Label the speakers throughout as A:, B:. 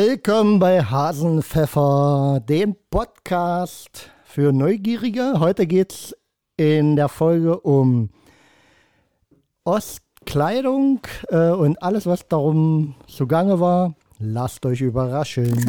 A: Willkommen bei Hasenpfeffer, dem Podcast für Neugierige. Heute geht es in der Folge um Ostkleidung äh, und alles, was darum zugange war. Lasst euch überraschen.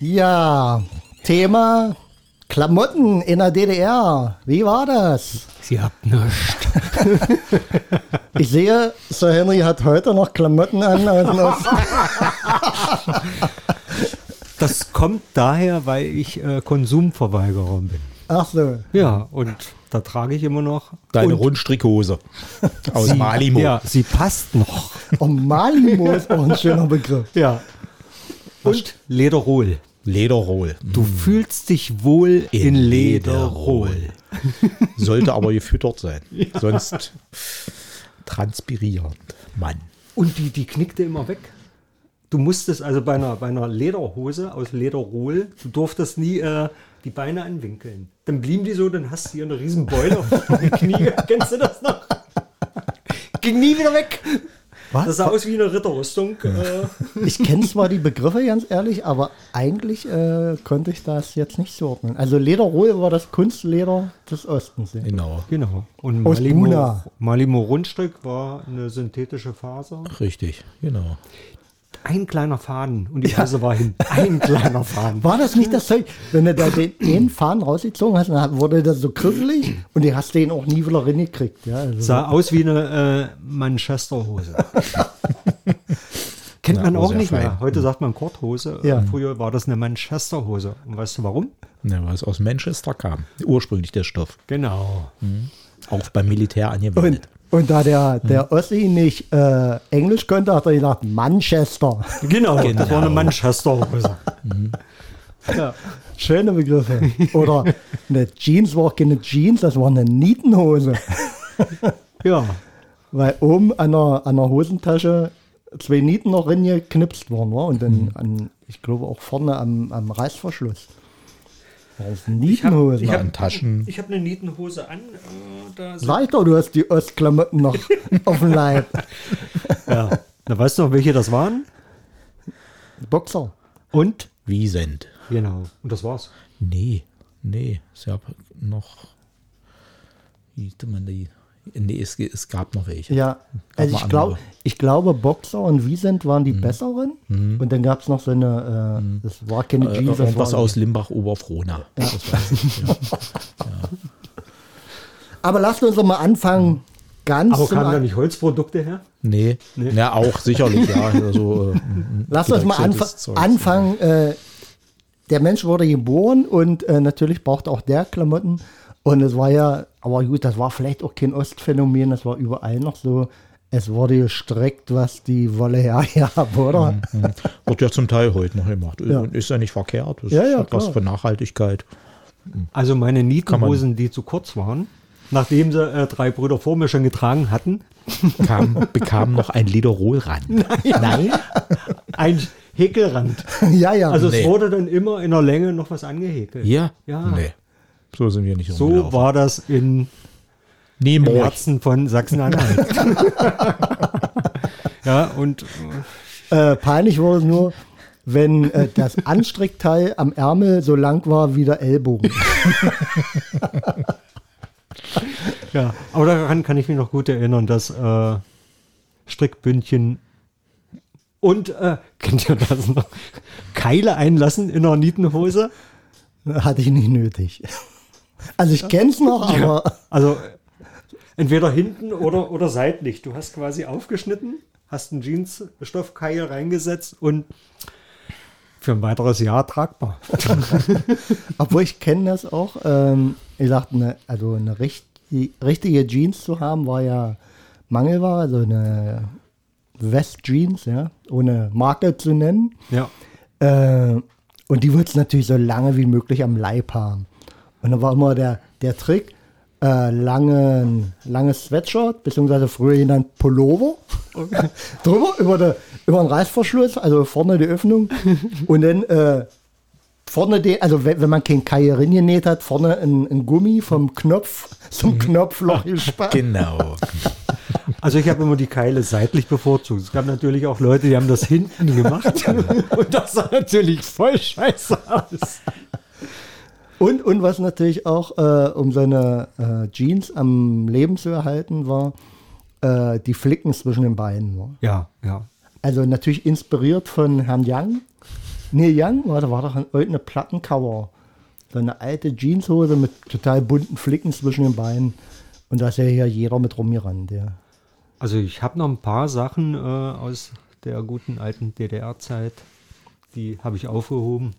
A: Ja, Thema Klamotten in der DDR. Wie war das?
B: Sie habt nichts.
A: Ich sehe, Sir Henry hat heute noch Klamotten an. also aus dem Osten.
B: Das kommt daher, weil ich äh, Konsumverweigerer bin.
A: Ach so.
B: Ja, und da trage ich immer noch.
C: Deine
B: und
C: Rundstrickhose aus Malimo.
B: Ja, sie passt noch.
A: Oh, Malimo ist auch ein schöner Begriff.
B: Ja. Und Lederol.
C: Lederrohl.
B: Du fühlst dich wohl Hm. in,
C: In
B: Lederol.
C: Sollte aber gefüttert sein. Sonst transpirierend. Mann.
B: Und die, die knickte immer weg. Du musstest also bei einer, bei einer Lederhose aus Lederol, du durftest nie äh, die Beine anwinkeln. Dann blieben die so, dann hast du hier eine riesen Beule auf den Knie. Kennst du das noch? Ging nie wieder weg. Das sah aus wie eine Ritterrüstung. Äh,
A: Ich kenne zwar die Begriffe ganz ehrlich, aber eigentlich äh, konnte ich das jetzt nicht zuordnen. Also Lederrohl war das Kunstleder des Ostens. ja.
C: Genau.
B: genau. Und
A: Aus
B: Malimo,
A: Buna.
B: Malimo Rundstück war eine synthetische Faser.
C: Richtig, genau.
B: Ein kleiner Faden und die Hose war hin. Ein kleiner Faden.
A: War das nicht das Zeug? Wenn du da den, den Faden rausgezogen hast, dann wurde das so krisselig und du hast den auch nie wieder reingekriegt. Ja, also.
B: Sah aus wie eine äh, Manchester-Hose. Kennt
C: Na,
B: man auch
C: sehr
B: nicht mehr.
C: fein.
B: Heute sagt man Korthose.
A: Ja.
B: Ja. Früher war das eine Manchester-Hose. Und weißt du warum?
C: Ja, weil es aus Manchester kam. Ursprünglich der Stoff.
B: Genau.
C: Auch beim Militär
A: Und,
C: angewendet.
A: und da der, der Ossi nicht äh, Englisch konnte, hat er gedacht, Manchester.
B: Genau, das war eine Manchester-Hose. ja.
A: Schöne Begriffe. Oder eine Jeans war keine Jeans, das war eine Nietenhose.
B: ja.
A: Weil oben an der, an der Hosentasche zwei Nieten noch reingeknipst worden war und dann an, ich glaube auch vorne am, am Reißverschluss. War Das Nietenhose.
B: ich hab-
C: An Taschen.
B: Ich habe eine Nietenhose an. Äh, da sind-
A: Weiter, du hast die Ostklamotten noch auf dem Leib.
B: ja. Da weißt du noch, welche das waren?
A: Boxer.
B: Und?
C: Wiesent.
B: Genau. Und das war's.
C: Nee, nee. Es gab noch. Wie hieß man die? Nee, es, es gab noch welche.
A: Ja. Also
C: mal
A: ich, glaub,
C: andere.
A: ich glaube, Boxer und Wiesent waren die besseren. Und dann gab es noch so eine, Mhm. äh, das war keine
C: Äh,
A: Jeans, das
C: irgendwas
A: war-
C: aus Limbach-Oberfrohna. Das weiß ich. Ja.
A: Aber lasst uns doch mal anfangen, ganz
B: Aber
A: zum
B: kamen da
A: An-
B: nicht Holzprodukte her?
C: Nee, Na ja, auch sicherlich, ja. Also, äh, m-
A: Lass uns mal
C: reduziertes
A: anfa-
C: Zeug.
A: anfangen. Äh, der Mensch wurde geboren und äh, natürlich braucht auch der Klamotten. Und es war ja, aber gut, das war vielleicht auch kein Ostphänomen, das war überall noch so. Es wurde gestreckt, was die Wolle hergab, oder?
B: Mhm.
C: Hm. Wird ja zum Teil heute noch gemacht. Äh,
A: Ja.
C: Und Ist ja nicht verkehrt. Das
A: Ja,
C: ist
A: ja,
C: hat was
A: klar.
C: von Nachhaltigkeit.
B: Also meine
C: man-
B: Nietenhosen, die zu kurz waren, nachdem sie äh, drei Brüder vor mir schon getragen hatten,
C: Kam, bekam noch ein Lederol ran.
B: Nein. Ein Häkelrand.
A: ja, ja.
B: Also es
C: Nee.
B: wurde dann immer in der Länge noch was angehekelt.
C: Ja?
B: Ja.
C: Nee. So sind wir nicht
B: So war das in,
C: nee,
B: im
C: Moritz.
B: Herzen von Sachsen-Anhalt. ja, und äh,
A: äh, peinlich wurde es nur, wenn äh, das Anstrickteil am Ärmel so lang war wie der Ellbogen.
B: ja, aber daran kann ich mich noch gut erinnern, dass äh, Strickbündchen und äh, kennt ihr das noch? Keile einlassen in einer Nietenhose.
A: Hatte ich nicht nötig. Also ich kenne es noch, aber
B: Also äh, entweder hinten oder, oder seitlich. Du hast quasi aufgeschnitten, hast einen Jeansstoffkeil reingesetzt und für ein weiteres Jahr tragbar.
A: Obwohl ich kenne das auch. Ähm, ich sagte, ne, also eine richtig, richtige Jeans zu haben, war ja Mangelware, also eine West-Jeans, ja, ohne Marke zu nennen.
B: Ja.
A: Äh, Und die wolltest du natürlich so lange wie möglich am Leib haben. Und dann war immer der, der Trick, äh, langen, langes Sweatshirt, beziehungsweise früher genannt Pullover, drüber, über, de, über den Reißverschluss, also vorne die Öffnung. Und dann äh, vorne, den, also wenn, wenn man kein Kajerin genäht hat, vorne ein, ein Gummi vom Knopf zum Knopfloch gespannt.
C: Genau.
B: Also ich habe immer die Keile seitlich bevorzugt. Es gab natürlich auch Leute, die haben das hinten gemacht. Und das sah natürlich voll scheiße aus.
A: Und, und was natürlich auch, äh, um seine äh, Jeans am Leben zu erhalten, war äh, die Flicken zwischen den Beinen. Ne?
B: Ja, ja.
A: Also natürlich inspiriert von Herrn Young. Neil Young, warte, war doch ein- irgendeine Plattencover. So eine alte Jeanshose mit total bunten Flicken zwischen den Beinen. Und da ist ja hier jeder mit rumgerannt. Ja.
B: Also ich habe noch ein paar Sachen äh, aus der guten alten DDR-Zeit. Die habe ich aufgehoben.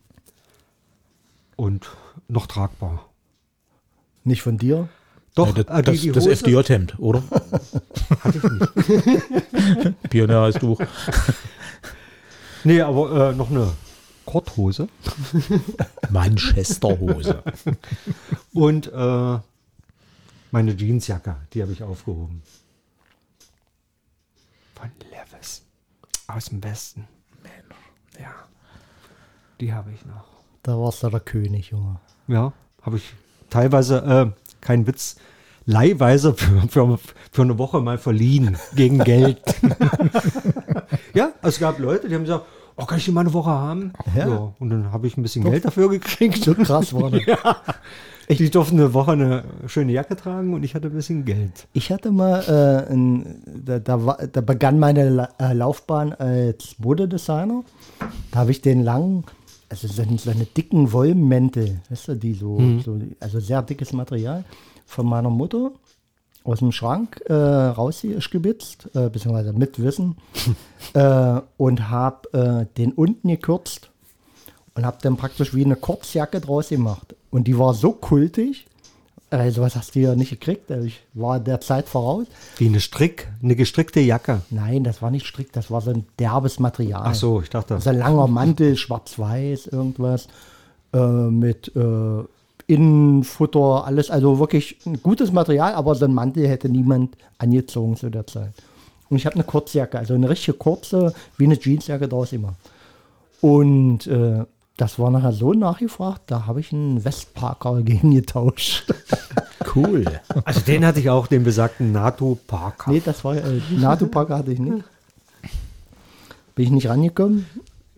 B: Und noch tragbar.
A: Nicht von dir?
B: Doch,
C: Ja,
B: äh, die-
C: das
B: die
C: das
B: Hose-
C: FDJ-Hemd, oder?
B: Hatte ich nicht.
C: Pionier heißt du.
B: Nee, aber äh, noch eine Korthose.
C: Manchesterhose.
B: Und äh, meine Jeansjacke, die habe ich aufgehoben. Von Levis. Aus dem Westen. Ja. Die habe ich noch.
A: Da warst du der König, Junge.
B: Ja, habe ich teilweise, äh, kein Witz, leihweise für, für, für eine Woche mal verliehen gegen Geld. ja, also es gab Leute, die haben gesagt, oh, kann ich die mal eine Woche haben?
A: Ja.
B: und dann habe ich ein bisschen Geld dafür gekriegt.
A: So krass war das.
B: Die durften eine Woche eine schöne Jacke tragen und ich hatte ein bisschen Geld.
A: Ich hatte mal, äh, ein, da, da, war, da begann meine La äh, Laufbahn als Modedesigner. Da habe ich den langen, also so, einen- so eine dicken Wollmäntel, weißt du, die so, so, also sehr dickes Material von meiner Mutter aus dem Schrank äh, rausgespitzt, äh, beziehungsweise mit Wissen äh, und habe äh, den unten gekürzt und habe dann praktisch wie eine Kurzjacke draus gemacht. Und die war so kultig, also was hast du ja nicht gekriegt, also ich war der Zeit voraus.
B: Wie eine Strick, eine gestrickte Jacke.
A: Nein, das war nicht strikt, das war so ein derbes Material.
B: Ach so, ich dachte.
A: So ein langer Mantel, schwarz-weiß, irgendwas äh, mit äh, Innenfutter, alles. Also wirklich ein gutes Material, aber so ein Mantel hätte niemand angezogen zu der Zeit. Und ich habe eine Kurzjacke, also eine richtige kurze, wie eine Jeansjacke draus immer. Und äh, das war nachher so nachgefragt, da habe ich einen Westparker gegen getauscht.
C: Cool.
B: Also den hatte ich auch, den besagten NATO Parker.
A: Nee, das war äh, NATO-Parker hatte ich nicht. Bin ich nicht rangekommen.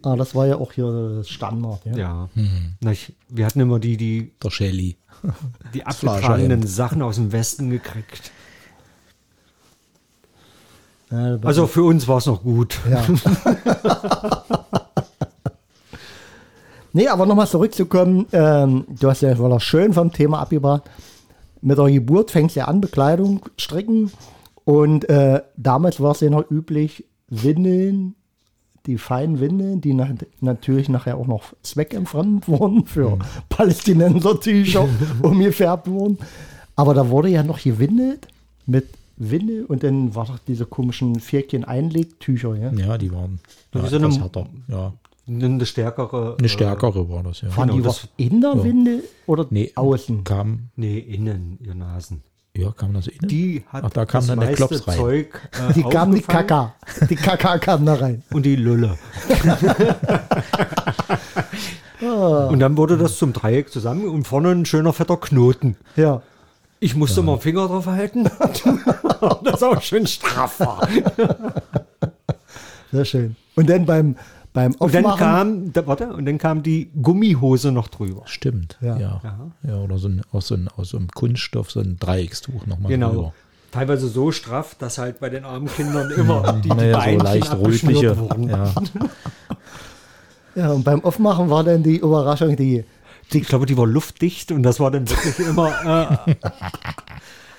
A: Aber das war ja auch hier das Standard. Ja.
B: Ja.
A: Hm.
B: Na, ich, wir hatten immer die, die,
C: Der Shelley.
B: die
C: war
B: abgetragenen
C: schon.
B: Sachen aus dem Westen gekriegt.
A: Ja, da-
B: Also für uns war es noch gut.
A: Ja. nee, aber nochmal zurückzukommen, ähm, du hast ja wohl auch schön vom Thema abgebracht. Mit der Geburt fängst du ja an, Bekleidung, Stricken. Und äh, damals war es ja noch üblich, Windeln, die feinen Windeln, die nach, natürlich nachher auch noch zweckentfremdet wurden für
B: Mhm.
A: um Palästinenser-Tücher umgefärbt wurden. Aber da wurde ja noch gewindelt mit Windel und dann war doch diese komischen Vierchen-Einlegtücher.
B: Mhm.
A: Ja?
C: Ja, die waren
B: Wie
C: ja,
B: so eine-
C: etwas härter. Ja,
B: Eine stärkere.
C: eine stärkere war das, ja.
A: Waren
B: Genau,
A: die
B: das-
A: was in der Windel oder
C: Nee,
A: außen?
C: Kam,
B: äh, Nee, innen, ihr Nasen.
C: ja, kam das innen?
B: Die hat
C: Ach, da kam
B: das
C: dann der
B: meiste
C: Klops rein.
B: Zeug. Äh,
A: Die kam die
B: aufgefangen
A: Kaka. Die Kaka kam da rein.
B: Und die Lülle. Ah. und dann wurde das zum Dreieck zusammen und vorne ein schöner fetter Knoten.
A: Ja.
B: Ich musste mal einen Finger drauf halten. das auch schön straff war.
A: Sehr schön. Und dann beim, beim
B: Und
A: Aufmachen.
B: dann kam, da, warte, und dann kam die Gummihose noch drüber.
C: Stimmt,
A: Ja.
C: ja. Ja, oder so ein, aus, so ein, aus so einem Kunststoff, so ein Dreieckstuch nochmal
B: Genau.
C: drüber.
B: Teilweise so straff, dass halt bei den armen Kindern immer die, die
C: Hm, Naja, so
B: Beinchen
C: leicht
B: abgeschnürt
C: rötliche.
B: wurden.
C: Ja.
A: ja, und beim Aufmachen war dann die Überraschung, die
B: Ich glaube, die war luftdicht und das war dann wirklich immer äh,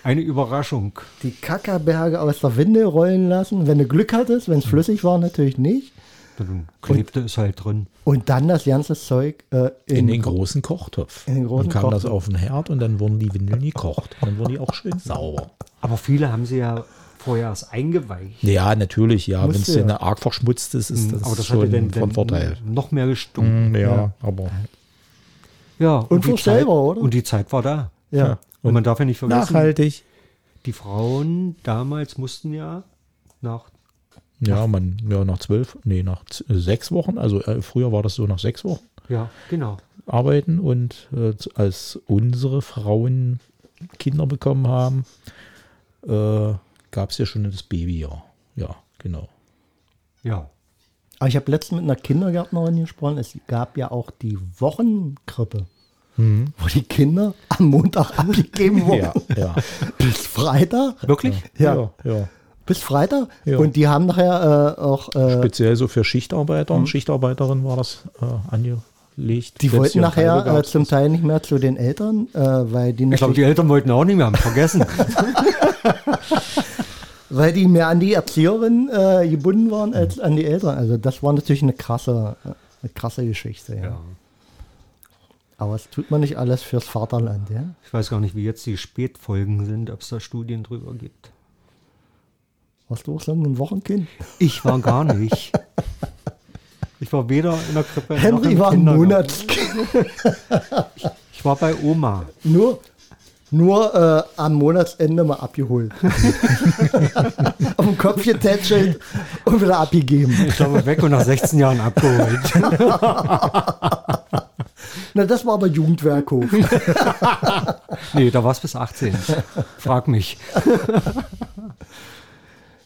B: eine Überraschung.
A: die Kackerberge aus der Windel rollen lassen. Wenn du Glück hattest, wenn es flüssig war, natürlich nicht.
B: Dann klebte es halt drin.
A: Und dann das ganze Zeug äh,
C: In
A: in,
C: den großen Kochtopf.
A: In den großen
C: dann kam das
A: Kochtopf.
C: auf den Herd und dann wurden die Windeln gekocht. Und dann wurden die auch schön sauer.
B: Aber viele haben sie ja Vorher ist eingeweicht.
C: Ja, natürlich, ja. Wenn
A: Musste
C: es ja.
A: ja.
C: arg verschmutzt ist, ist das,
B: Mhm. aber das hatte
C: schon
B: dann,
C: von
B: dann
C: Vorteil.
B: noch mehr gestunken.
C: Hm, ja, aber Mhm.
B: Ja, und die Zeit,
A: Unvorstellbar, oder?
B: Und die Zeit war da.
A: ja.
B: Und man darf ja nicht vergessen,
C: nachhaltig.
B: die Frauen damals mussten ja nach
C: Ja, man, ja, nach zwölf, nee, nach z- äh, sechs Wochen, also äh, früher war das so nach sechs Wochen
B: ja, genau.
C: arbeiten und äh, z- als unsere Frauen Kinder bekommen haben, äh, gab es ja schon das Babyjahr. Ja, genau.
B: Ja.
A: Aber ich habe letztens mit einer Kindergärtnerin gesprochen. Es gab ja auch die Wochenkrippe, wo die Kinder am Montag abgegeben wurden.
C: Ja, ja.
A: Bis Freitag.
B: Wirklich?
A: Ja.
C: ja, ja.
A: Bis Freitag.
C: Ja.
A: Und die haben nachher äh, auch. Äh,
C: Speziell so für Schichtarbeiter und Schichtarbeiterinnen war das äh, angelegt.
A: Mhm. die
C: Wenn's
A: wollten
C: hier
A: nachher
C: Teile
A: äh,
C: gab,
A: zum Teil nicht mehr zu den Eltern, äh, weil die
B: Ich glaube, die
A: natürlich,
B: Eltern wollten auch nicht mehr haben, vergessen.
A: weil die mehr an die Erzieherin äh, gebunden waren als an die Eltern. Also das war natürlich eine krasse, äh, eine krasse Geschichte. Ja.
B: ja.
A: Aber es tut man nicht alles fürs Vaterland, ja?
B: Ich weiß gar nicht, wie jetzt die Spätfolgen sind, ob es da Studien drüber gibt.
A: Warst du auch so ein Wochenkind?
B: Ich war gar nicht. Ich war weder in der Krippe noch
A: Henry
B: im
A: war ein
B: Kindergarten.
A: Monatskind.
B: Ich war bei Oma.
A: Nur, nur äh, am Monatsende mal abgeholt. Auf dem Kopf getätschelt und wieder abgegeben.
B: Ich glaube, weg und nach 16 Jahren abgeholt.
A: Na, das war aber Jugendwerkhof.
B: Nee, da war es bis 18. Frag mich.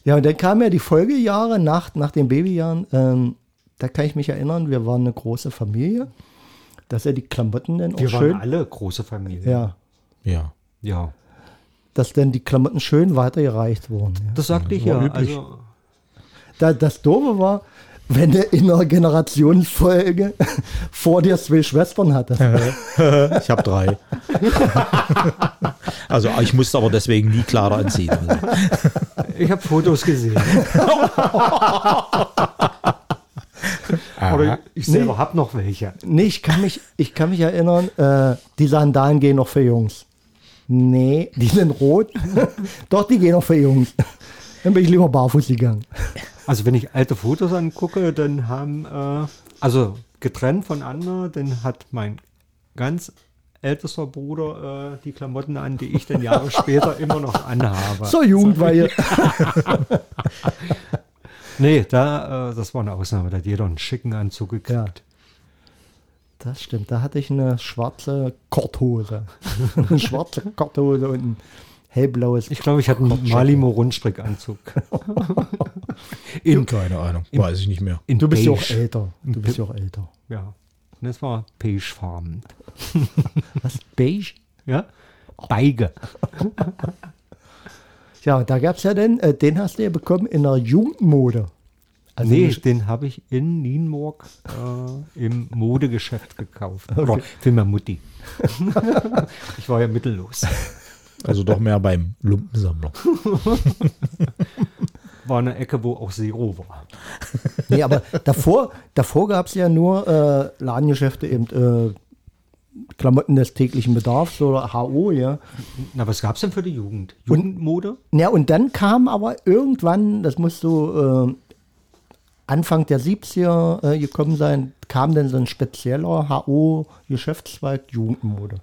A: Ja, und dann kamen ja die Folgejahre nach, nach den Babyjahren. Ähm, da kann ich mich erinnern, wir waren eine große Familie. Dass er die Klamotten dann auch
B: Wir
A: schön.
B: waren alle große Familie.
A: ja,
C: Ja.
B: ja.
A: dass dann die Klamotten schön weitergereicht wurden. Ja.
B: Das sagte ich
C: war
B: ja.
C: üblich.
B: Also,
A: Da, das Doofe war, wenn du in einer Generationsfolge vor dir zwei Schwestern hattest.
C: Ich habe drei. also ich musste aber deswegen nie Clara entziehen. Also.
B: ich habe Fotos gesehen. Oder ich selber habe noch welche.
A: Nee, ich kann mich, ich kann mich erinnern, äh, die Sandalen gehen noch für Jungs. Nee, die sind rot. Doch, die gehen noch für Jungs. Dann bin ich lieber barfuß gegangen.
B: Also wenn ich alte Fotos angucke, dann haben, äh, also getrennt von Anna, dann hat mein ganz ältester Bruder äh, die Klamotten an, die ich dann Jahre später immer noch anhabe.
A: Zur Jugendweihe.
B: Nee, da, äh, das war eine Ausnahme, da hat jeder einen schicken Anzug
A: Ja.
B: gekriegt.
A: Das stimmt, da hatte ich eine schwarze Korthose. eine schwarze Korthose und ein hellblaues.
B: Ich glaube, ich hatte einen Malimo-Rundstrickanzug. in,
C: Keine Ahnung, weiß ich nicht mehr.
B: in
A: du bist ja auch
B: beige.
A: älter. Du bist ja auch älter.
B: Ja. Und das war beigefarben.
A: Was? Beige?
B: Ja? Beige.
A: Ja, da gab es ja den, äh, den hast du ja bekommen in der Jugendmode. Also
B: nee,
A: nicht-
B: den habe ich in Nienburg äh, im Modegeschäft gekauft. Oder vielmehr Mutti. ich war ja mittellos.
C: Also doch mehr beim Lumpensammler.
B: War eine Ecke, wo auch Zero war.
A: Nee, aber davor, davor gab es ja nur äh, Ladengeschäfte, eben äh, Klamotten des täglichen Bedarfs oder HO, ja.
B: Na, was gab es denn für die Jugend? Jugendmode?
A: Ja, und dann kam aber irgendwann, das muss so äh, Anfang der 70er äh, gekommen sein, kam dann so ein spezieller HO-Geschäftszweig Jugendmode,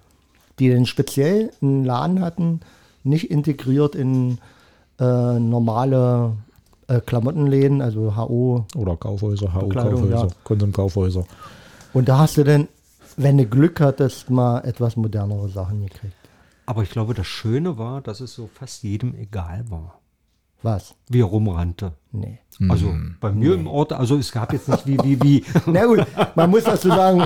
A: die dann speziell einen Laden hatten, nicht integriert in äh, normale äh, Klamottenläden, also HO
C: Oder Kaufhäuser,
A: Bekleidung,
C: HU-Kaufhäuser,
A: ja.
C: Konsumkaufhäuser.
A: Und da hast du dann, wenn du Glück hattest, mal etwas modernere Sachen gekriegt.
B: Aber ich glaube, das Schöne war, dass es so fast jedem egal war,
A: Was?
B: wie er rumrannte.
A: Nee.
B: Also bei mir im Ort, also es gab jetzt nicht wie, wie, wie.
A: Na gut, man muss dazu sagen,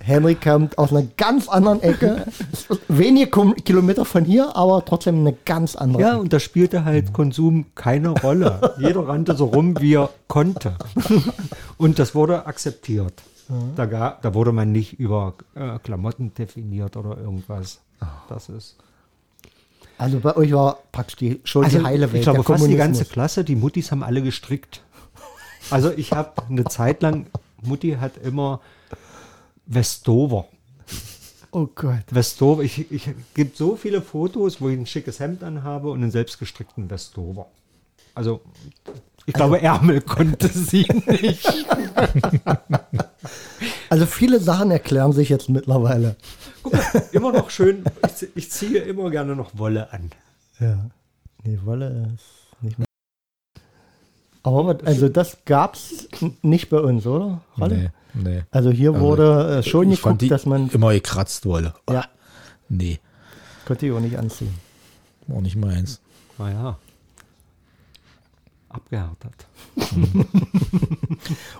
A: Henry kommt aus einer ganz anderen Ecke. Es ist Wenige Kom- Kilometer von hier, aber trotzdem eine ganz andere.
B: Ja,
A: Ja.
B: und da spielte halt Konsum keine Rolle. Jeder rannte so rum, wie er konnte. Und das wurde akzeptiert. Da, ga- da wurde man nicht über äh, Klamotten definiert oder irgendwas.
A: Ah.
B: Das ist.
A: Also bei euch war praktisch die, schon Also, die heile Welt.
B: Also, ich glaube,
A: der
B: fast die ganze
A: Kommunismus.
B: Klasse, die Muttis haben alle gestrickt. Also ich habe eine Zeit lang, Mutti hat immer Westover.
A: Oh Gott.
B: Westover, ich, ich gibt so viele Fotos, wo ich ein schickes Hemd anhabe und einen selbstgestrickten Westover. Also, ich glaube, Ärmel konnte sie nicht.
A: Also viele Sachen erklären sich jetzt mittlerweile.
B: Guck mal, immer noch schön. Ich, zie- ich ziehe immer gerne noch Wolle an.
A: Ja. Nee, Wolle ist nicht mehr. Aber was- also das gab's n- nicht bei uns, oder? Wolle?
C: Nee, nee.
A: Also hier
C: Also,
A: wurde äh, schon
C: Ich fand
A: geguckt,
C: die
A: dass man.
C: immer gekratzt wurde.
A: Ja,
C: Nee,
A: konnte ich auch nicht anziehen.
C: war nicht meins.
B: Naja. Abgehärtet.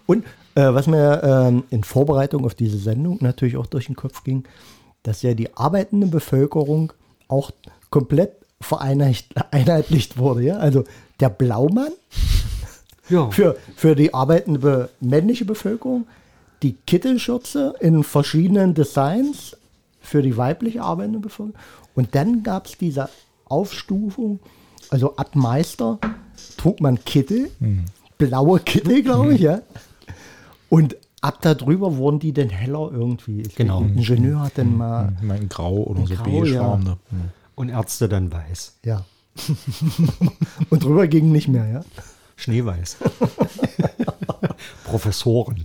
A: Und äh, was mir ähm, in Vorbereitung auf diese Sendung natürlich auch durch den Kopf ging, dass ja die arbeitende Bevölkerung auch komplett vereinheitlicht wurde. Ja? Also der Blaumann
B: Ja.
A: für, für die arbeitende Be männliche Bevölkerung, die Kittelschürze in verschiedenen Designs für die weibliche arbeitende Bevölkerung. Und dann gab es diese Aufstufung, also ab Meister trug man Kittel, blaue Kittel, glaube ich, ja. Und ab darüber wurden die denn heller irgendwie. Ich
B: Genau.
A: Ein Ingenieur hat dann mal,
C: Ich mein Grau oder so
A: Grau,
C: beige
A: ja. Mhm.
C: Farben, ne? Hm.
B: Und Ärzte dann weiß.
A: ja. Und drüber ging nicht mehr, ja.
B: Schneeweiß. Professoren.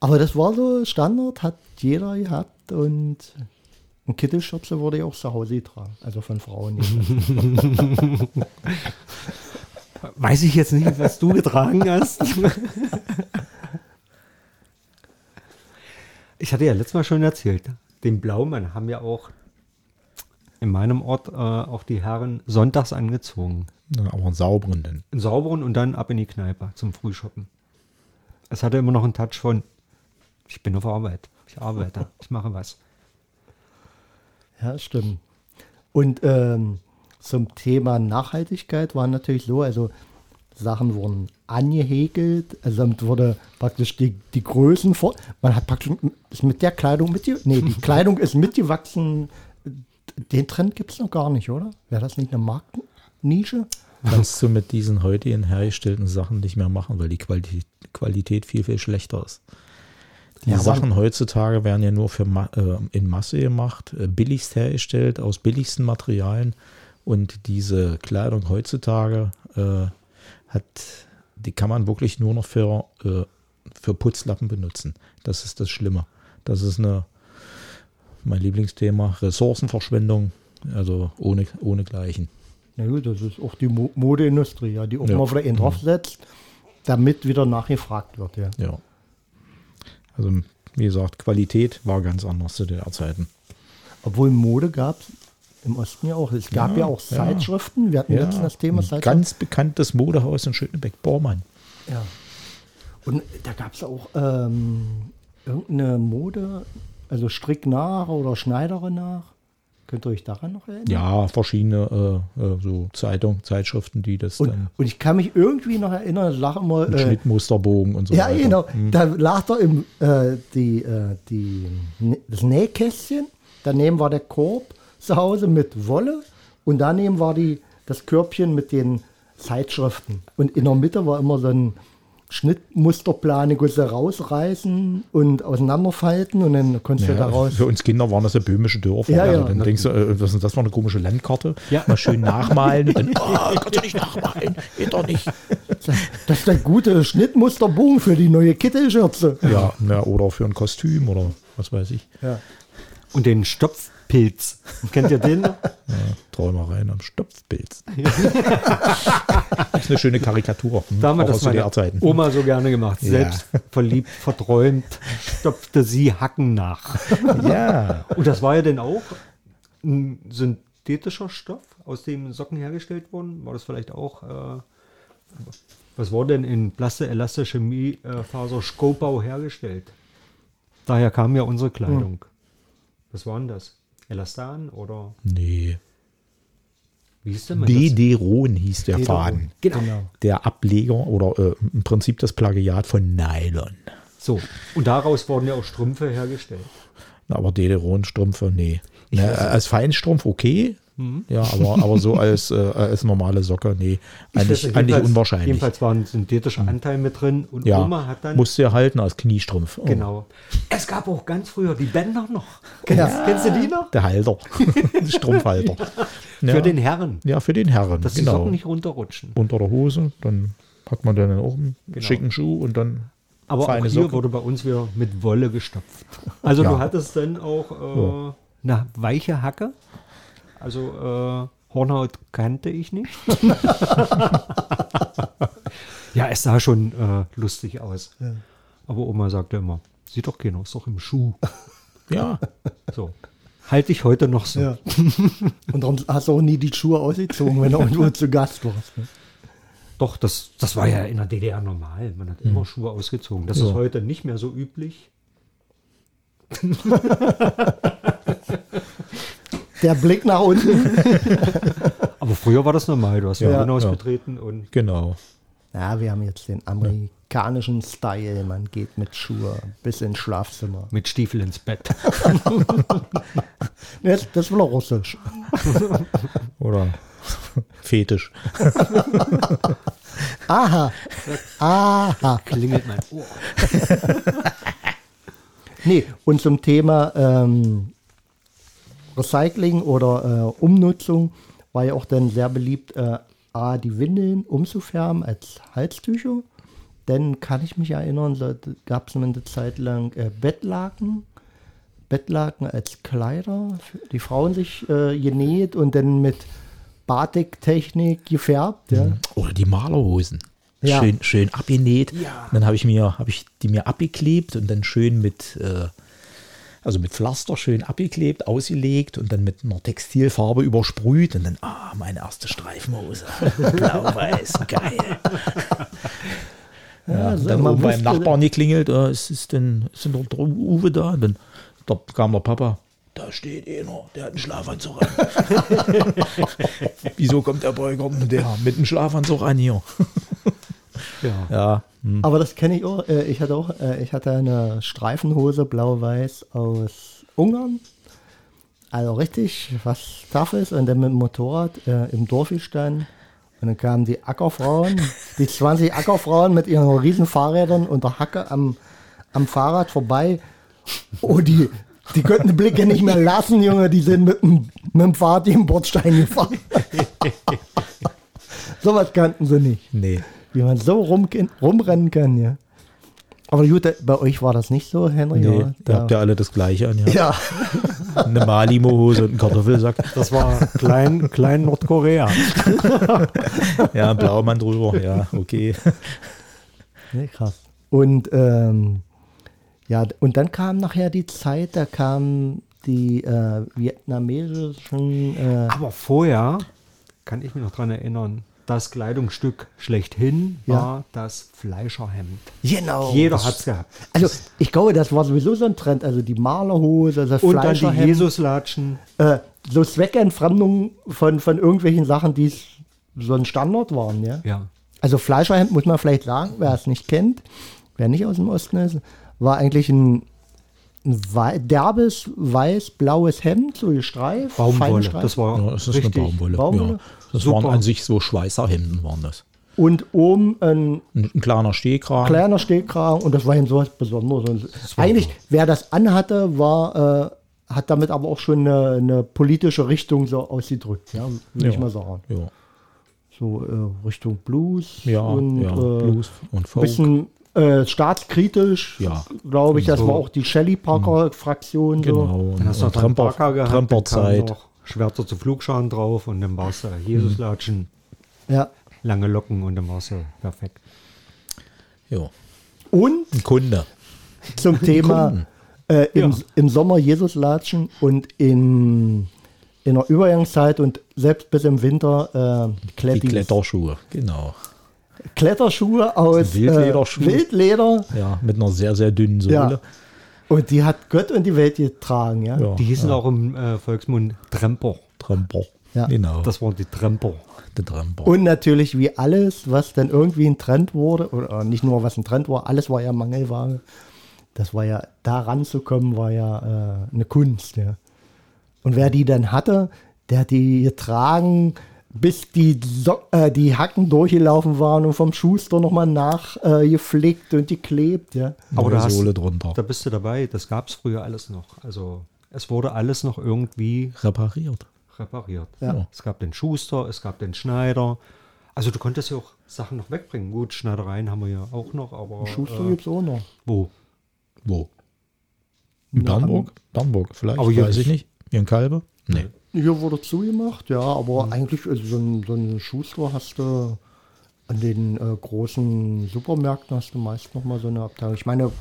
A: Aber das war so Standard, hat jeder gehabt und ein Kittelschürze wurde ja auch zu Hause getragen, also von Frauen. jedenfalls.
B: Weiß ich jetzt nicht, was du getragen hast. Ich hatte ja letztes Mal schon erzählt, den Blaumann haben ja auch in meinem Ort äh, auch die Herren sonntags angezogen.
C: Ja, Aber einen sauberen denn.
B: Einen sauberen und dann ab in die Kneipe zum Frühschoppen. Es hatte immer noch einen Touch von, ich bin auf Arbeit, ich arbeite, ich mache was.
A: ja, stimmt. Und ähm, zum Thema Nachhaltigkeit war natürlich so, also Sachen wurden angehäkelt, also damit wurde praktisch die, die Größen vor. Man hat praktisch ist mit der Kleidung mitge... Nee, die Kleidung ist mitgewachsen. Den Trend gibt es noch gar nicht, oder? Wäre das nicht eine Marktnische?
C: Kannst du mit diesen heutigen hergestellten Sachen nicht mehr machen, weil die Quali Qualität viel, viel schlechter ist. Die
A: Ja, aber-
C: Sachen heutzutage werden ja nur für Ma äh, in Masse gemacht, äh, billigst hergestellt, aus billigsten Materialien. Und diese Kleidung heutzutage äh, hat, die kann man wirklich nur noch für, äh, für Putzlappen benutzen. Das ist das Schlimme. Das ist eine, mein Lieblingsthema, Ressourcenverschwendung, also ohne, ohne Gleichen.
A: Na gut, das ist auch die Mo Modeindustrie, ja, die auch
C: Ja. Mhm.
A: mal wieder einen draufsetzt, damit wieder nachgefragt wird. Ja.
C: Ja. Also, wie gesagt, Qualität war ganz anders zu DDR-Zeiten.
A: Obwohl Mode gab im Osten ja auch. Es gab ja,
C: Ja,
A: auch
C: ja.
A: Zeitschriften. Wir hatten letztens das Thema
C: ein
A: Zeitschriften.
C: ganz bekanntes Modehaus in Schönebeck, Bormann.
A: Ja. Und da gab es auch ähm, irgendeine Mode, also Stricknach oder Schneiderin nach. Könnt ihr euch daran noch erinnern?
C: Ja, verschiedene äh, äh, so Zeitung, Zeitschriften, die das
A: Und,
C: dann
A: und ich kann mich irgendwie noch erinnern, das lag immer.
C: mit
A: Äh,
C: Schnittmusterbogen und so Mhm.
A: ja,
C: weiter.
A: genau. Da lag da im, äh, die, äh, die, das Nähkästchen, daneben war der Korb zu Hause mit Wolle und daneben war die, das Körbchen mit den Zeitschriften. Und in der Mitte war immer so ein Schnittmusterplan, den konntest du rausreißen und auseinanderfalten und dann konntest du
C: Ja,
A: daraus.
C: für uns Kinder waren das ja böhmische Dörfer.
A: Ja,
C: also
A: ja.
C: Dann denkst du, äh, was ist denn das war eine komische Landkarte.
B: Ja.
C: Mal schön nachmalen. Dann, oh, kannst du nicht nachmalen. Geht doch nicht.
A: Das ist der gute Schnittmusterbogen für die neue Kittelschürze.
C: Ja, na, oder für ein Kostüm oder was weiß ich.
A: Ja.
B: Und den Stopfpilz. Kennt ihr den noch?
C: Träumereien am Stopfpilz. das ist eine schöne Karikatur. Hm?
B: Da haben wir
C: Auch
B: das
C: aus DDR
B: meine
C: Zeiten.
B: Oma so gerne gemacht.
C: Ja.
B: Selbst verliebt, verträumt, stopfte sie Hacken nach.
C: Ja.
B: Und das war ja dann auch ein synthetischer Stoff, aus dem Socken hergestellt wurden. War das vielleicht auch, äh, was wurde denn in Plaste, Elaste, Chemie, äh, Faser, Skobau hergestellt? Daher kam ja unsere
C: Hm.
B: Kleidung. Was waren das? Elastan oder
C: Nee.
B: wie hieß denn
C: DD-Ron hieß der Faden.
B: Genau.
C: Der Ableger oder äh, im Prinzip das Plagiat von Nylon.
B: So. Und daraus wurden ja auch Strümpfe hergestellt.
C: Na, aber Dederon-Strümpfe, nee. Ne, als Feinstrumpf okay.
B: Mhm.
C: Ja, aber, aber so als, äh, als normale Socke, nee. Eigentlich,
B: Jedenfalls-
C: eigentlich unwahrscheinlich. Mhm.
B: Jedenfalls war ein synthetischer Anteil mit drin und
C: ja,
B: Oma hat dann.
C: musst du ja halten als Kniestrumpf. Oh,
B: Genau. Es gab auch ganz früher die Bänder noch. Kennst, kennst du die noch?
C: Der Halter. Strumpfhalter. Ja.
B: Für den Herren,
C: Ja, für den Herren.
B: dass die
C: genau.
B: Socken nicht runterrutschen.
C: Unter der Hose, dann hat man dann auch einen schicken Schuh und dann
B: Aber auch
C: feine
B: hier
C: Socken.
B: wurde bei uns wieder mit Wolle gestopft. Also
C: Ja.
B: du hattest dann auch äh, eine weiche Hacke. Also äh, Hornhaut kannte ich nicht. ja, es sah schon äh, lustig aus. Aber Oma sagte immer, sieht doch keiner, ist doch im Schuh.
C: Ja,
B: So. Halte ich heute noch so.
A: Ja. Und darum hast du auch nie die Schuhe ausgezogen, wenn du irgendwo zu Gast warst. Ne?
B: Doch, das, das war ja in der DDR normal. Man hat immer Schuhe ausgezogen. Das
C: Ja.
B: ist heute nicht mehr Mhm. so üblich.
A: Der Blick nach unten.
B: Aber früher war das normal. Du hast ja,
A: Ja.
B: hinaus
C: Ja.
B: betreten und
C: genau.
A: Ja, wir haben jetzt den amerikanischen Style. Man geht mit Schuhe bis ins Schlafzimmer.
B: mit Stiefel ins Bett.
A: Das, das war doch russisch.
C: Oder Fetisch.
A: Aha. Ah. Aha.
B: Klingelt mein Ohr.
A: Nee, und zum Thema ähm, Recycling oder äh, Umnutzung war ja auch dann sehr beliebt, äh, A, die Windeln umzufärben als Halstücher. Dann kann ich mich erinnern, gab es eine Zeit lang äh, Bettlaken. Bettlaken als Kleider, für die Frauen sich äh, genäht und dann mit Batiktechnik gefärbt. Ja.
C: Oder die Malerhosen.
A: Ja.
C: Schön, schön abgenäht. Dann habe ich mir, habe ich die mir abgeklebt und dann schön mit, äh, also mit Pflaster schön abgeklebt, ausgelegt und dann mit einer Textilfarbe übersprüht und dann, ah, meine erste Streifenhose. Blau-weiß, geil. Ja,
A: also
C: dann
A: man
C: oben beim
A: wusste-
C: Nachbarn geklingelt, äh, es ist denn, ist denn der Dr. Uwe da? Und dann da kam der Papa. Da steht einer, der hat einen Schlafanzug an. Wieso kommt der Beuger und der mit einem Schlafanzug an hier?
B: Ja.
C: Ja,
A: Aber das kenne ich auch. Äh, Ich hatte auch, äh, ich hatte eine Streifenhose blau-weiß aus Ungarn. Also richtig, was tough ist. Und dann mit dem Motorrad äh, im Dorf gestanden. Und dann kamen die Ackerfrauen, die 20 Ackerfrauen mit ihren riesen Fahrrädern und der Hacke am, am Fahrrad vorbei. Oh, die, die könnten den Blick ja nicht mehr lassen, Junge. Die sind mit dem, mit dem Fahrrad im Bordstein gefahren. Sowas kannten sie nicht
C: nee.
A: wie man so rum, rumrennen kann, ja. Aber gut, äh, bei euch war das nicht so, Henry.
C: nee
A: oder?
C: da habt ihr alle das Gleiche an. Ja.
A: ja.
C: Eine Malimo-Hose und einen Kartoffelsack.
B: Das war klein, klein Nordkorea.
C: Ja, einen Blaumann drüber. Ja, okay.
A: Nee, krass. Und ähm, ja, und dann kam nachher die Zeit, da kamen die äh, vietnamesischen äh,
B: Aber vorher kann ich mich noch dran erinnern, das Kleidungsstück schlechthin
A: Ja.
B: war das Fleischerhemd.
A: genau.
B: Jeder hat's gehabt.
A: Also ich glaube, das war sowieso so ein Trend. Also die Malerhose, das
B: Und dann die
A: Fleischerhemd,
B: Jesuslatschen.
A: äh, so Zweckentfremdung von, von irgendwelchen Sachen, die es so ein Standard waren, ja.
B: Ja.
A: Also Fleischerhemd muss man vielleicht sagen, wer es nicht kennt, wer nicht aus dem Osten ist, war eigentlich ein, ein wei- derbes, weiß-blaues Hemd, so gestreift. fein
B: Baumwolle.
A: gestreift.
B: Das war
C: Ja, es ist
B: richtig.
C: eine Baumwolle.
A: Baumwolle.
C: Ja. Das
B: Super.
C: waren an sich so Schweißerhemden, waren das.
A: Und oben ein
C: Ein, ein kleiner Stehkragen.
A: kleiner Stehkragen und das war eben sowas Besonderes. Und
B: war
A: eigentlich, wer das anhatte, war, äh, hat damit aber auch schon eine, eine politische Richtung so ausgedrückt, ja, würde ich
C: Ja.
A: mal sagen.
C: Ja,
A: So äh, Richtung Blues
C: ja,
A: und
C: ja.
A: äh,
C: Blues und Folk.
A: bisschen äh, staatskritisch,
C: Ja. Mhm.
A: glaube ich. Das
B: So.
A: war auch die Shelley Parker-Fraktion. So.
C: Genau.
B: Dann hast du
C: und
B: noch deinen Parker gehabt, dann kam
C: Tremperzeit.
B: noch Schwerter zu Flugscharen drauf und dann warst du Jesuslatschen,
A: Ja.
B: lange Locken und dann warst du perfekt.
C: Ja.
A: Und
C: Ein Kunde.
A: zum Thema äh, im,
B: Ja.
A: im Sommer Jesus latschen und in, in der Übergangszeit und selbst bis im Winter äh,
C: Die
A: Klettis.
C: Kletterschuhe, genau.
A: Kletterschuhe aus
C: Wildlederschuhe.
A: Äh, Wildleder.
C: Ja, mit einer sehr, sehr dünnen Sohle.
A: Und die hat Gott und die Welt getragen, ja.
C: Ja.
B: Die hießen auch im äh, Volksmund Tremper.
C: Tramper.
A: Ja.
C: Genau.
B: Das waren die Tremper.
C: der Tramper.
A: Und natürlich wie alles, was dann irgendwie ein Trend wurde, oder äh, nicht nur was ein Trend war, alles war ja Mangelware, Das war ja, da ranzukommen, war ja äh, eine Kunst, ja. Und wer die dann hatte, der hat die getragen, bis die, so äh, die Hacken durchgelaufen waren und vom Schuster nochmal nachgepflegt äh, gepflegt und geklebt, ja.
B: Aber da
C: Neue
B: hast-
C: Sohle drunter.
B: Da bist du dabei. Das gab es früher alles noch. Also es wurde alles noch irgendwie
C: Repariert.
B: repariert.
A: Ja.
B: Es gab den Schuster, es gab den Schneider. Also du konntest ja auch Sachen noch wegbringen. Gut, Schneidereien haben wir ja auch noch, aber
A: Schuster
B: äh,
A: gibt es auch noch.
B: wo?
C: Wo? In Bernburg? Bernburg vielleicht,
B: Aber hier
C: weiß ich nicht. Hier in Kalbe? Nee.
A: Hier wurde zugemacht, ja, aber eigentlich also so ein, so ein Schuster hast du an den äh, großen Supermärkten hast du meist nochmal so eine Abteilung. Ich meine,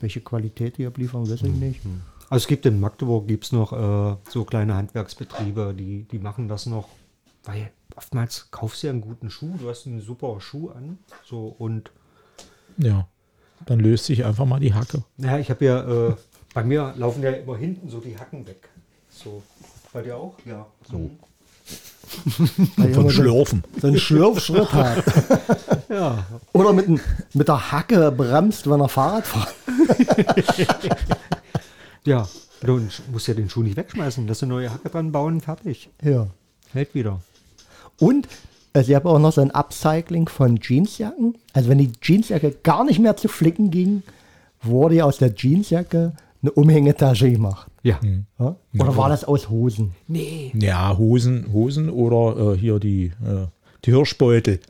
A: welche Qualität die abliefern, weiß ich nicht.
B: Also es gibt in Magdeburg gibt's noch äh, so kleine Handwerksbetriebe, die, die machen das noch, weil oftmals kaufst du ja einen guten Schuh, du hast einen super Schuh an. So und
C: Ja. Dann löst sich einfach mal die Hacke.
B: naja, ich habe ja, äh, bei mir laufen ja immer hinten so die Hacken weg. So. Bei dir auch? Ja. So.
A: Weil
C: Vom
A: immer so-
C: Schlürfen.
A: So einen Schlürfschritt hat.
B: Ja,
A: Oder mit, n- mit der Hacke bremst, wenn er Fahrrad fährt.
B: Ja, du musst ja den Schuh nicht wegschmeißen. Lass eine neue Hacke dran bauen, fertig.
A: Ja.
B: Hält wieder.
A: Und also ich habe auch noch so ein Upcycling von Jeansjacken. Also wenn die Jeansjacke gar nicht mehr zu flicken ging, wurde aus der Jeansjacke eine Umhängetasche gemacht.
B: Ja.
A: Ja? Oder war das aus Hosen?
B: Nee.
C: Ja, Hosen, Hosen oder äh, hier die, äh, die Hirschbeutel.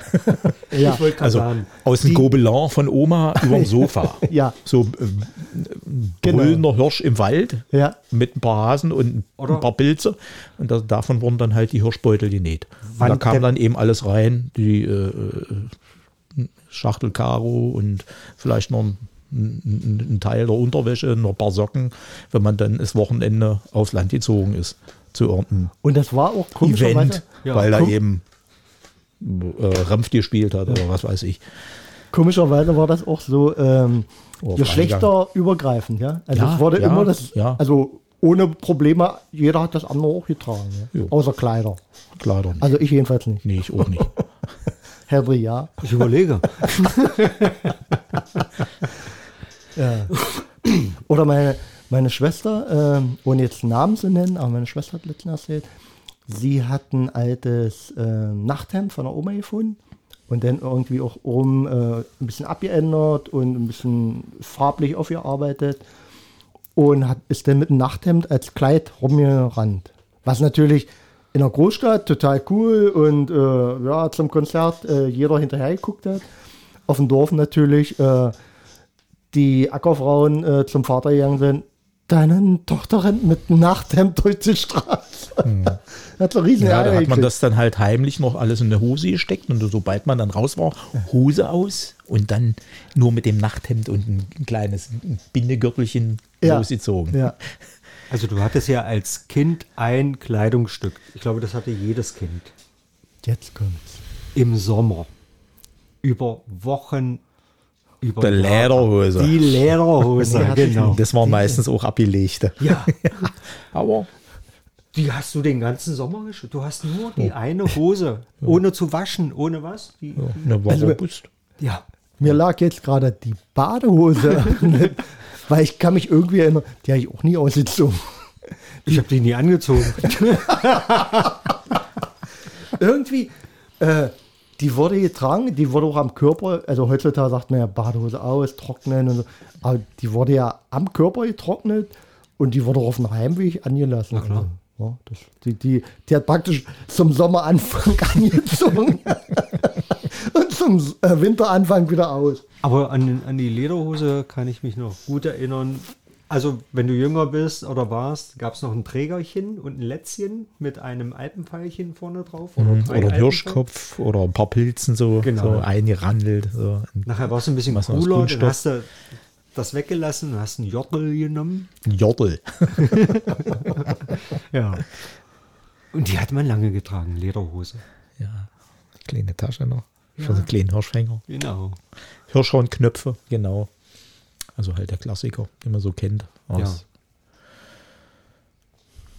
A: Ja.
B: Ich wollte gerade
C: Also
B: sagen,
C: aus dem Gobelin von Oma überm Sofa.
A: Ja.
C: So ähm,
A: Genau.
C: brüllender Hirsch im Wald
A: Ja.
C: mit ein paar Hasen und
B: Oder-
C: ein paar Pilze. Und da, davon wurden dann halt die Hirschbeutel genäht. Und da
B: Wann
C: kam
B: denn-
C: dann eben alles rein, die äh, äh, Schachtel Karo und vielleicht noch ein, ein, ein Teil der Unterwäsche, noch ein paar Socken, wenn man dann das Wochenende aufs Land gezogen ist zu irgendeinem
A: Und das war auch komischerweise,
C: Event,
B: Ja.
C: weil da
A: Komm.
C: eben äh, Rempf gespielt hat oder was weiß ich.
A: komischerweise war das auch so ähm,
C: Oh,
A: geschlechterübergreifend. Ja? Also
C: Ja,
A: es wurde
C: ja,
A: immer das,
C: ja.
A: also ohne Probleme, jeder hat das andere auch getragen. Ja?
C: Jo.
A: Außer Kleider.
C: Klar doch nicht.
A: Also ich jedenfalls nicht.
C: Nee, ich auch nicht.
A: Henry, ja.
B: Ich überlege.
A: Oder meine, meine Schwester, ähm, ohne jetzt einen Namen zu nennen, aber meine Schwester hat letztens erzählt, sie hat ein altes ähm, Nachthemd von der Oma gefunden und dann irgendwie auch oben äh, ein bisschen abgeändert und ein bisschen farblich aufgearbeitet und hat, ist dann mit einem Nachthemd als Kleid rumgerannt. Was natürlich in der Großstadt total cool und äh, ja, zum Konzert äh, jeder hinterher geguckt hat. Auf dem Dorf natürlich. Äh, die Ackerfrauen äh, zum Vater gegangen sind, deine Tochter rennt mit einem Nachthemd durch die Straße. hat so riesen
C: Hm. Ja, da
A: Ärger
C: hat man
A: gekriegt.
C: das dann halt heimlich noch alles in eine Hose gesteckt und sobald man dann raus war, Hose aus und dann nur mit dem Nachthemd und ein kleines Bindegürtelchen
A: Ja.
C: losgezogen.
A: Ja.
B: Also du hattest ja als Kind ein Kleidungsstück. Ich glaube, das hatte jedes Kind.
A: Jetzt kommt's.
B: Im Sommer. Über Wochen. Über
C: Die Lederhose.
B: Die
A: Nee,
B: Lederhose,
A: hatte ich
B: genau.
C: Das waren meistens auch abgelegte.
B: Ja,
C: Aber
B: die hast du den ganzen Sommer geschützt. Du hast nur die eine Hose, ohne zu waschen, ohne was. Die,
C: ja, ne, war
A: Also-
C: robust.
B: ja.
A: Mir lag jetzt gerade die Badehose, weil ich kann mich irgendwie erinnern, die habe ich auch nie ausgezogen.
B: Ich habe die nie angezogen.
A: irgendwie, äh, die wurde getragen, die wurde auch am Körper, also heutzutage sagt man ja Badehose aus, trocknen und so, aber die wurde ja am Körper getrocknet und die wurde auch auf dem Heimweg angelassen.
B: Na klar.
A: Also, ja, das, die, die, die hat praktisch zum Sommeranfang angezogen und zum äh, Winteranfang wieder aus.
B: Aber an, an die Lederhose kann ich mich noch gut erinnern. Also, wenn du jünger bist oder warst, gab es noch ein Trägerchen und ein Lätzchen mit einem Alpenpfeilchen vorne drauf. drei
C: Mhm. Oder ein
B: Alpenpfeil.
C: Hirschkopf oder ein paar Pilzen so,
B: Genau.
C: so eingerandelt. So.
B: Nachher warst du ein bisschen
C: Was noch aus
B: cooler, dann
C: Kunststoff?
B: hast du das weggelassen und hast einen Jottel genommen.
C: Ein Jodel.
B: Ja. Und die hat man lange getragen, Lederhose.
C: Ja, kleine Tasche noch. Für so einen kleinen Hirschfänger.
B: Genau.
C: Hirschhornknöpfe, genau. Also halt der Klassiker, den man so kennt aus,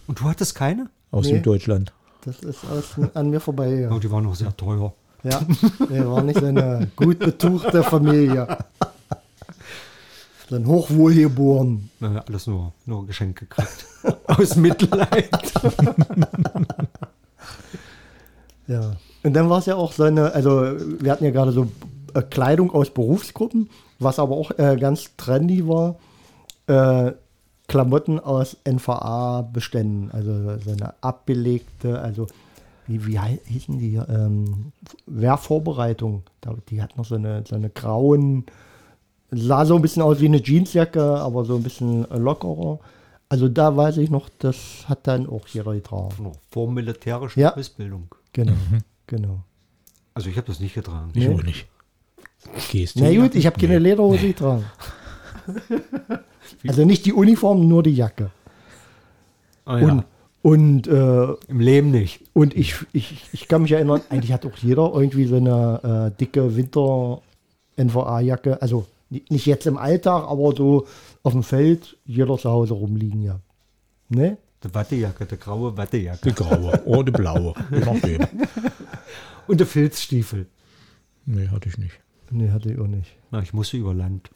B: Und du hattest keine?
C: aus
A: Nee.
C: Süddeutschland.
A: Das ist alles an- an mir vorbei.
B: Oh, die war noch sehr teuer.
A: Ja, wir waren nicht so eine gut betuchte Familie. Dann hochwohlgeboren.
B: Na, alles nur, nur Geschenk gekriegt. Aus Mitleid.
A: Ja. Und dann war es ja auch so eine, also wir hatten ja gerade so äh, Kleidung aus Berufsgruppen, was aber auch äh, ganz trendy war. Äh, Klamotten aus NVA-Beständen, also so eine abbelegte, also wie, wie hei- hießen die? Ähm, Wehrvorbereitung. Da- Die hat noch so eine, so eine grauen, sah so ein bisschen aus wie eine Jeansjacke, aber so ein bisschen äh, lockerer. Also da weiß ich noch, das hat dann auch jeder getragen.
B: Nur Vor militärischer
A: Ja.
B: Ausbildung.
A: Genau, genau.
B: Also ich habe das nicht getragen.
C: Ich
A: Nee.
C: auch nicht. Gehst du?
A: Na gut, ich habe keine Lederhose getragen. also nicht die Uniform, nur die Jacke.
B: Ah,
A: Und, und, äh,
B: Im Leben nicht.
A: und ich, ich, ich kann mich erinnern, eigentlich hat auch jeder irgendwie so eine äh, dicke Winter-NVA-Jacke. Also ni- nicht jetzt im Alltag, aber so auf dem Feld, jeder zu Hause rumliegen, ja. Ne?
B: Die Wattejacke, die graue Wattejacke.
C: Die graue oder die blaue. Je nachdem.
B: Und der Filzstiefel.
C: Nee, hatte ich nicht.
A: Ne, hatte ich auch nicht.
B: Na, ich musste über Land.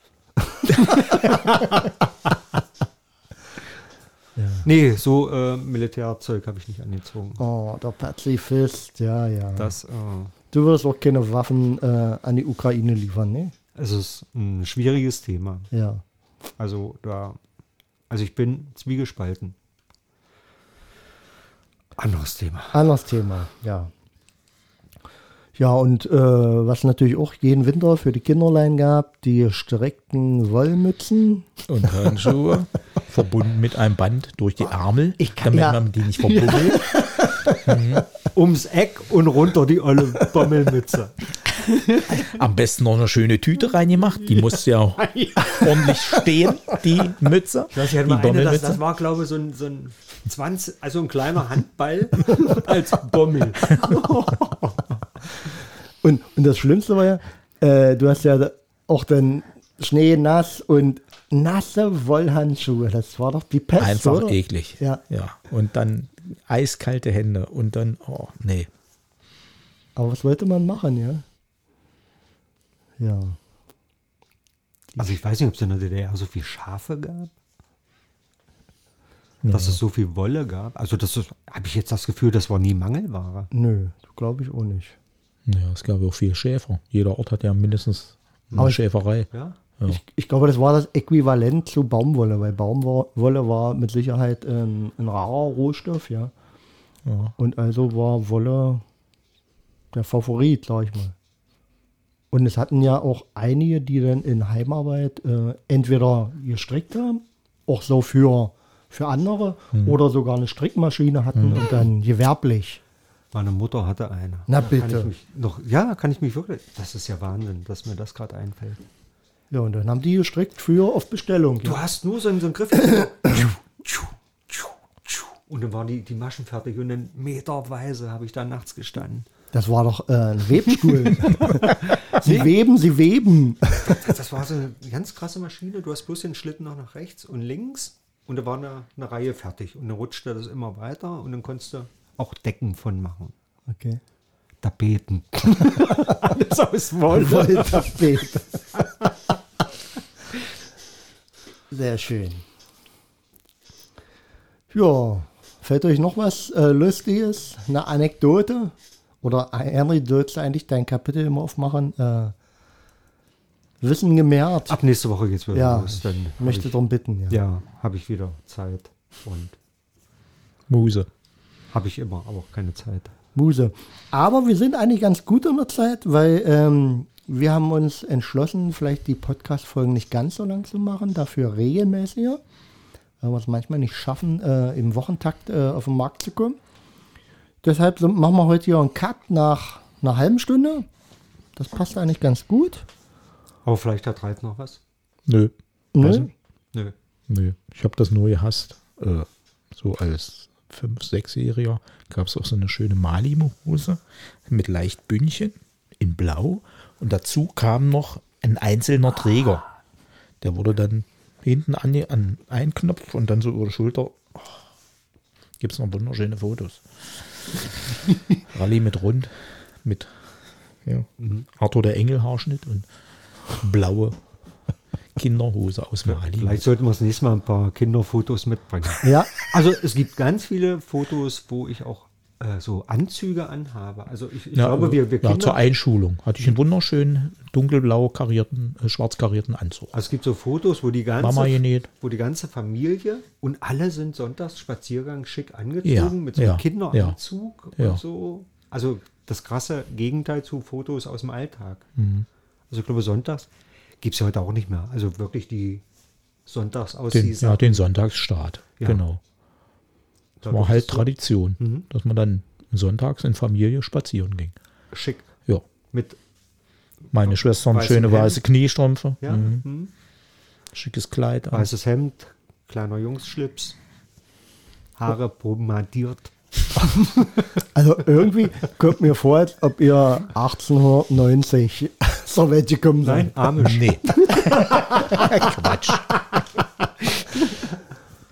B: Nee, so äh, Militärzeug habe ich nicht angezogen.
A: Oh, der Pazifist, ja, ja.
B: Das äh,
A: Du würdest auch keine Waffen äh, an die Ukraine liefern, ne?
B: es ist ein schwieriges Thema.
A: Ja.
B: Also da, also ich bin zwiegespalten. Anderes Thema.
A: Anderes Thema, ja. Ja, und äh, was natürlich auch jeden Winter für die Kinderlein gab, die streckten Wollmützen.
C: Und Handschuhe verbunden mit einem Band durch die Ärmel,
A: kann-
C: damit
A: ja.
C: man die nicht verbummelt.
B: Ums Eck und runter die olle Bommelmütze.
C: Am besten noch eine schöne Tüte reingemacht. Die musste ja auch ordentlich stehen, die Mütze.
B: Ich weiß nicht,
C: die
B: mal eine, das,
C: Bommelmütze.
B: das war, glaube ich, so ein, so ein 20, also ein kleiner Handball als Bommel.
A: Und, und das Schlimmste war ja, äh, du hast ja auch dann Schnee nass und nasse Wollhandschuhe. Das war doch die Pest,
C: Einfach
A: oder?
C: eklig.
A: Ja.
C: ja. Und dann eiskalte Hände und dann, oh, nee.
A: Aber was wollte man machen, ja? Ja.
B: Also ich weiß nicht, ob es in der DDR so viel Schafe gab. Dass es so viel Wolle gab. Also das habe ich jetzt das Gefühl, das war nie Mangelware.
A: Nö, glaube ich auch nicht.
C: Ja, es gab ja auch viele Schäfer. Jeder Ort hat ja mindestens eine
A: Aber-
C: Schäferei.
B: Ja?
A: Ich, ich glaube, das war das Äquivalent zu Baumwolle, weil Baumwolle war mit Sicherheit ein, ein rarer Rohstoff, ja.
C: Ja.
A: Und also war Wolle der Favorit, sag ich mal. Und es hatten ja auch einige, die dann in Heimarbeit äh, entweder gestrickt haben, auch so für, für andere, oder sogar eine Strickmaschine hatten und dann gewerblich.
B: Meine Mutter hatte eine.
A: Na
B: Kann ich
A: bitte.
B: mich noch, ja, kann ich mich wirklich. Das ist ja Wahnsinn, dass mir das gerade einfällt.
A: Ja, und dann haben die gestrickt für auf Bestellung.
B: Du hast nur so einen, so einen Griff. Tschu, tschu, tschu, tschu. Und dann waren die, die Maschen fertig und dann meterweise habe ich da nachts gestanden.
A: Das war doch äh, ein Webstuhl. sie
B: Nee.
A: weben, sie weben.
B: Das, das war so eine ganz krasse Maschine. Du hast bloß den Schlitten noch nach rechts und links und da war eine, eine Reihe fertig. Und dann rutschte das immer weiter und dann konntest du auch Decken von machen.
A: Okay.
B: Tapeten. Alles aus Wolle.
A: Volltapete. Sehr schön. Ja, fällt euch noch was äh, Lustiges? Eine Anekdote? Oder äh, Henry, du sollst eigentlich dein Kapitel immer aufmachen. Äh, Wissen gemehrt.
B: Ab nächste Woche geht's wieder
A: ja,
B: los. Dann
A: ich möchte
B: hab
A: darum bitten. Ja.
B: ich, ja, habe ich wieder Zeit und
C: Muse.
B: habe ich immer, aber auch keine Zeit.
A: Muse. Aber wir sind eigentlich ganz gut in der Zeit, weil ähm, wir haben uns entschlossen, vielleicht die Podcast-Folgen nicht ganz so lang zu machen, dafür regelmäßiger, weil wir es manchmal nicht schaffen, äh, im Wochentakt äh, auf den Markt zu kommen. Deshalb so- machen wir heute hier einen Cut nach einer halben Stunde. Das passt eigentlich ganz gut.
B: Aber vielleicht hat Ralf noch was.
C: Nö. Weiß
A: Ne?
C: ich-
B: Nö.
C: Nö. Ich habe das nur gehasst. Äh, so als 5-, 6-Jähriger gab es auch so eine schöne Malimo-Hose mit leicht Bündchen in Blau. Und dazu kam noch ein einzelner Träger. Der wurde dann hinten an, an einen Knopf und dann so über die Schulter. Oh, Gibt es noch wunderschöne Fotos. Rallye mit Rund, mit ja, Arthur der Engelhaarschnitt und blaue Kinderhose aus Mali.
B: Vielleicht sollten wir das nächste Mal ein paar Kinderfotos mitbringen.
A: Ja,
B: Also es gibt ganz viele Fotos, wo ich auch äh, so Anzüge anhabe. Also ich, ich
C: Ja,
B: glaube, wir, wir
C: ja,
B: Kinder,
C: zur Einschulung hatte ich einen wunderschönen dunkelblau karierten, äh, schwarz karierten Anzug.
B: also es gibt so Fotos, wo die
C: Mama
B: ganze,
C: genäht.
B: wo die ganze Familie und alle sind sonntags Spaziergang schick angezogen
C: Ja,
B: mit so einem
C: ja,
B: Kinderanzug
C: ja, ja.
B: und so. Also das krasse Gegenteil zu Fotos aus dem Alltag.
C: Mhm.
B: Also ich glaube, sonntags gibt es ja heute auch nicht mehr. Also wirklich die sonntags
C: Den,
B: aussieht.
C: ja, den Sonntagsstaat.
B: Ja.
C: Genau. War halt Tradition,
B: Mhm.
C: dass man dann sonntags in Familie spazieren ging.
B: schick
C: Ja.
B: mit
C: Meine Schwestern
B: Weißen
C: schöne
B: Hemd.
C: weiße Kniestrümpfe,
B: ja,
C: mhm.
B: hm,
C: schickes Kleid. an.
B: weißes Hemd, kleiner Jungsschlips, Haare
C: Oh.
B: pomadiert.
A: also irgendwie kommt mir vor, als ob ihr 1890 zur Welt gekommen seid.
B: Amisch.
C: Nee. Quatsch.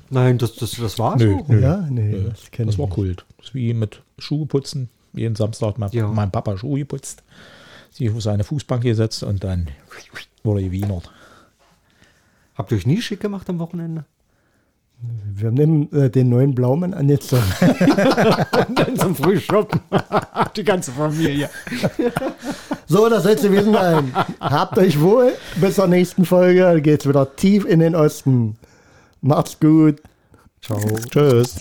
B: Nein, das, das, das war
C: Nö,
B: so.
C: nö.
A: Ja, nee,
C: Nö.
A: das kenn
C: das
A: ich
C: war
A: nicht.
C: Kult. Das ist wie mit Schuhe putzen. Jeden Samstag hat mein,
B: Ja.
C: mein Papa Schuhe geputzt, sich auf seine Fußbank gesetzt und dann wurde er Wiener.
B: Habt ihr euch nie schick gemacht am Wochenende?
A: Wir nehmen äh, den neuen Blaumann an jetzt.
B: Dann zum Frühschoppen. Die ganze Familie.
A: So, das letzte Wissen ein. Habt euch wohl. Bis zur nächsten Folge geht's wieder tief in den Osten. Macht's gut.
B: Ciao.
C: Tschüss.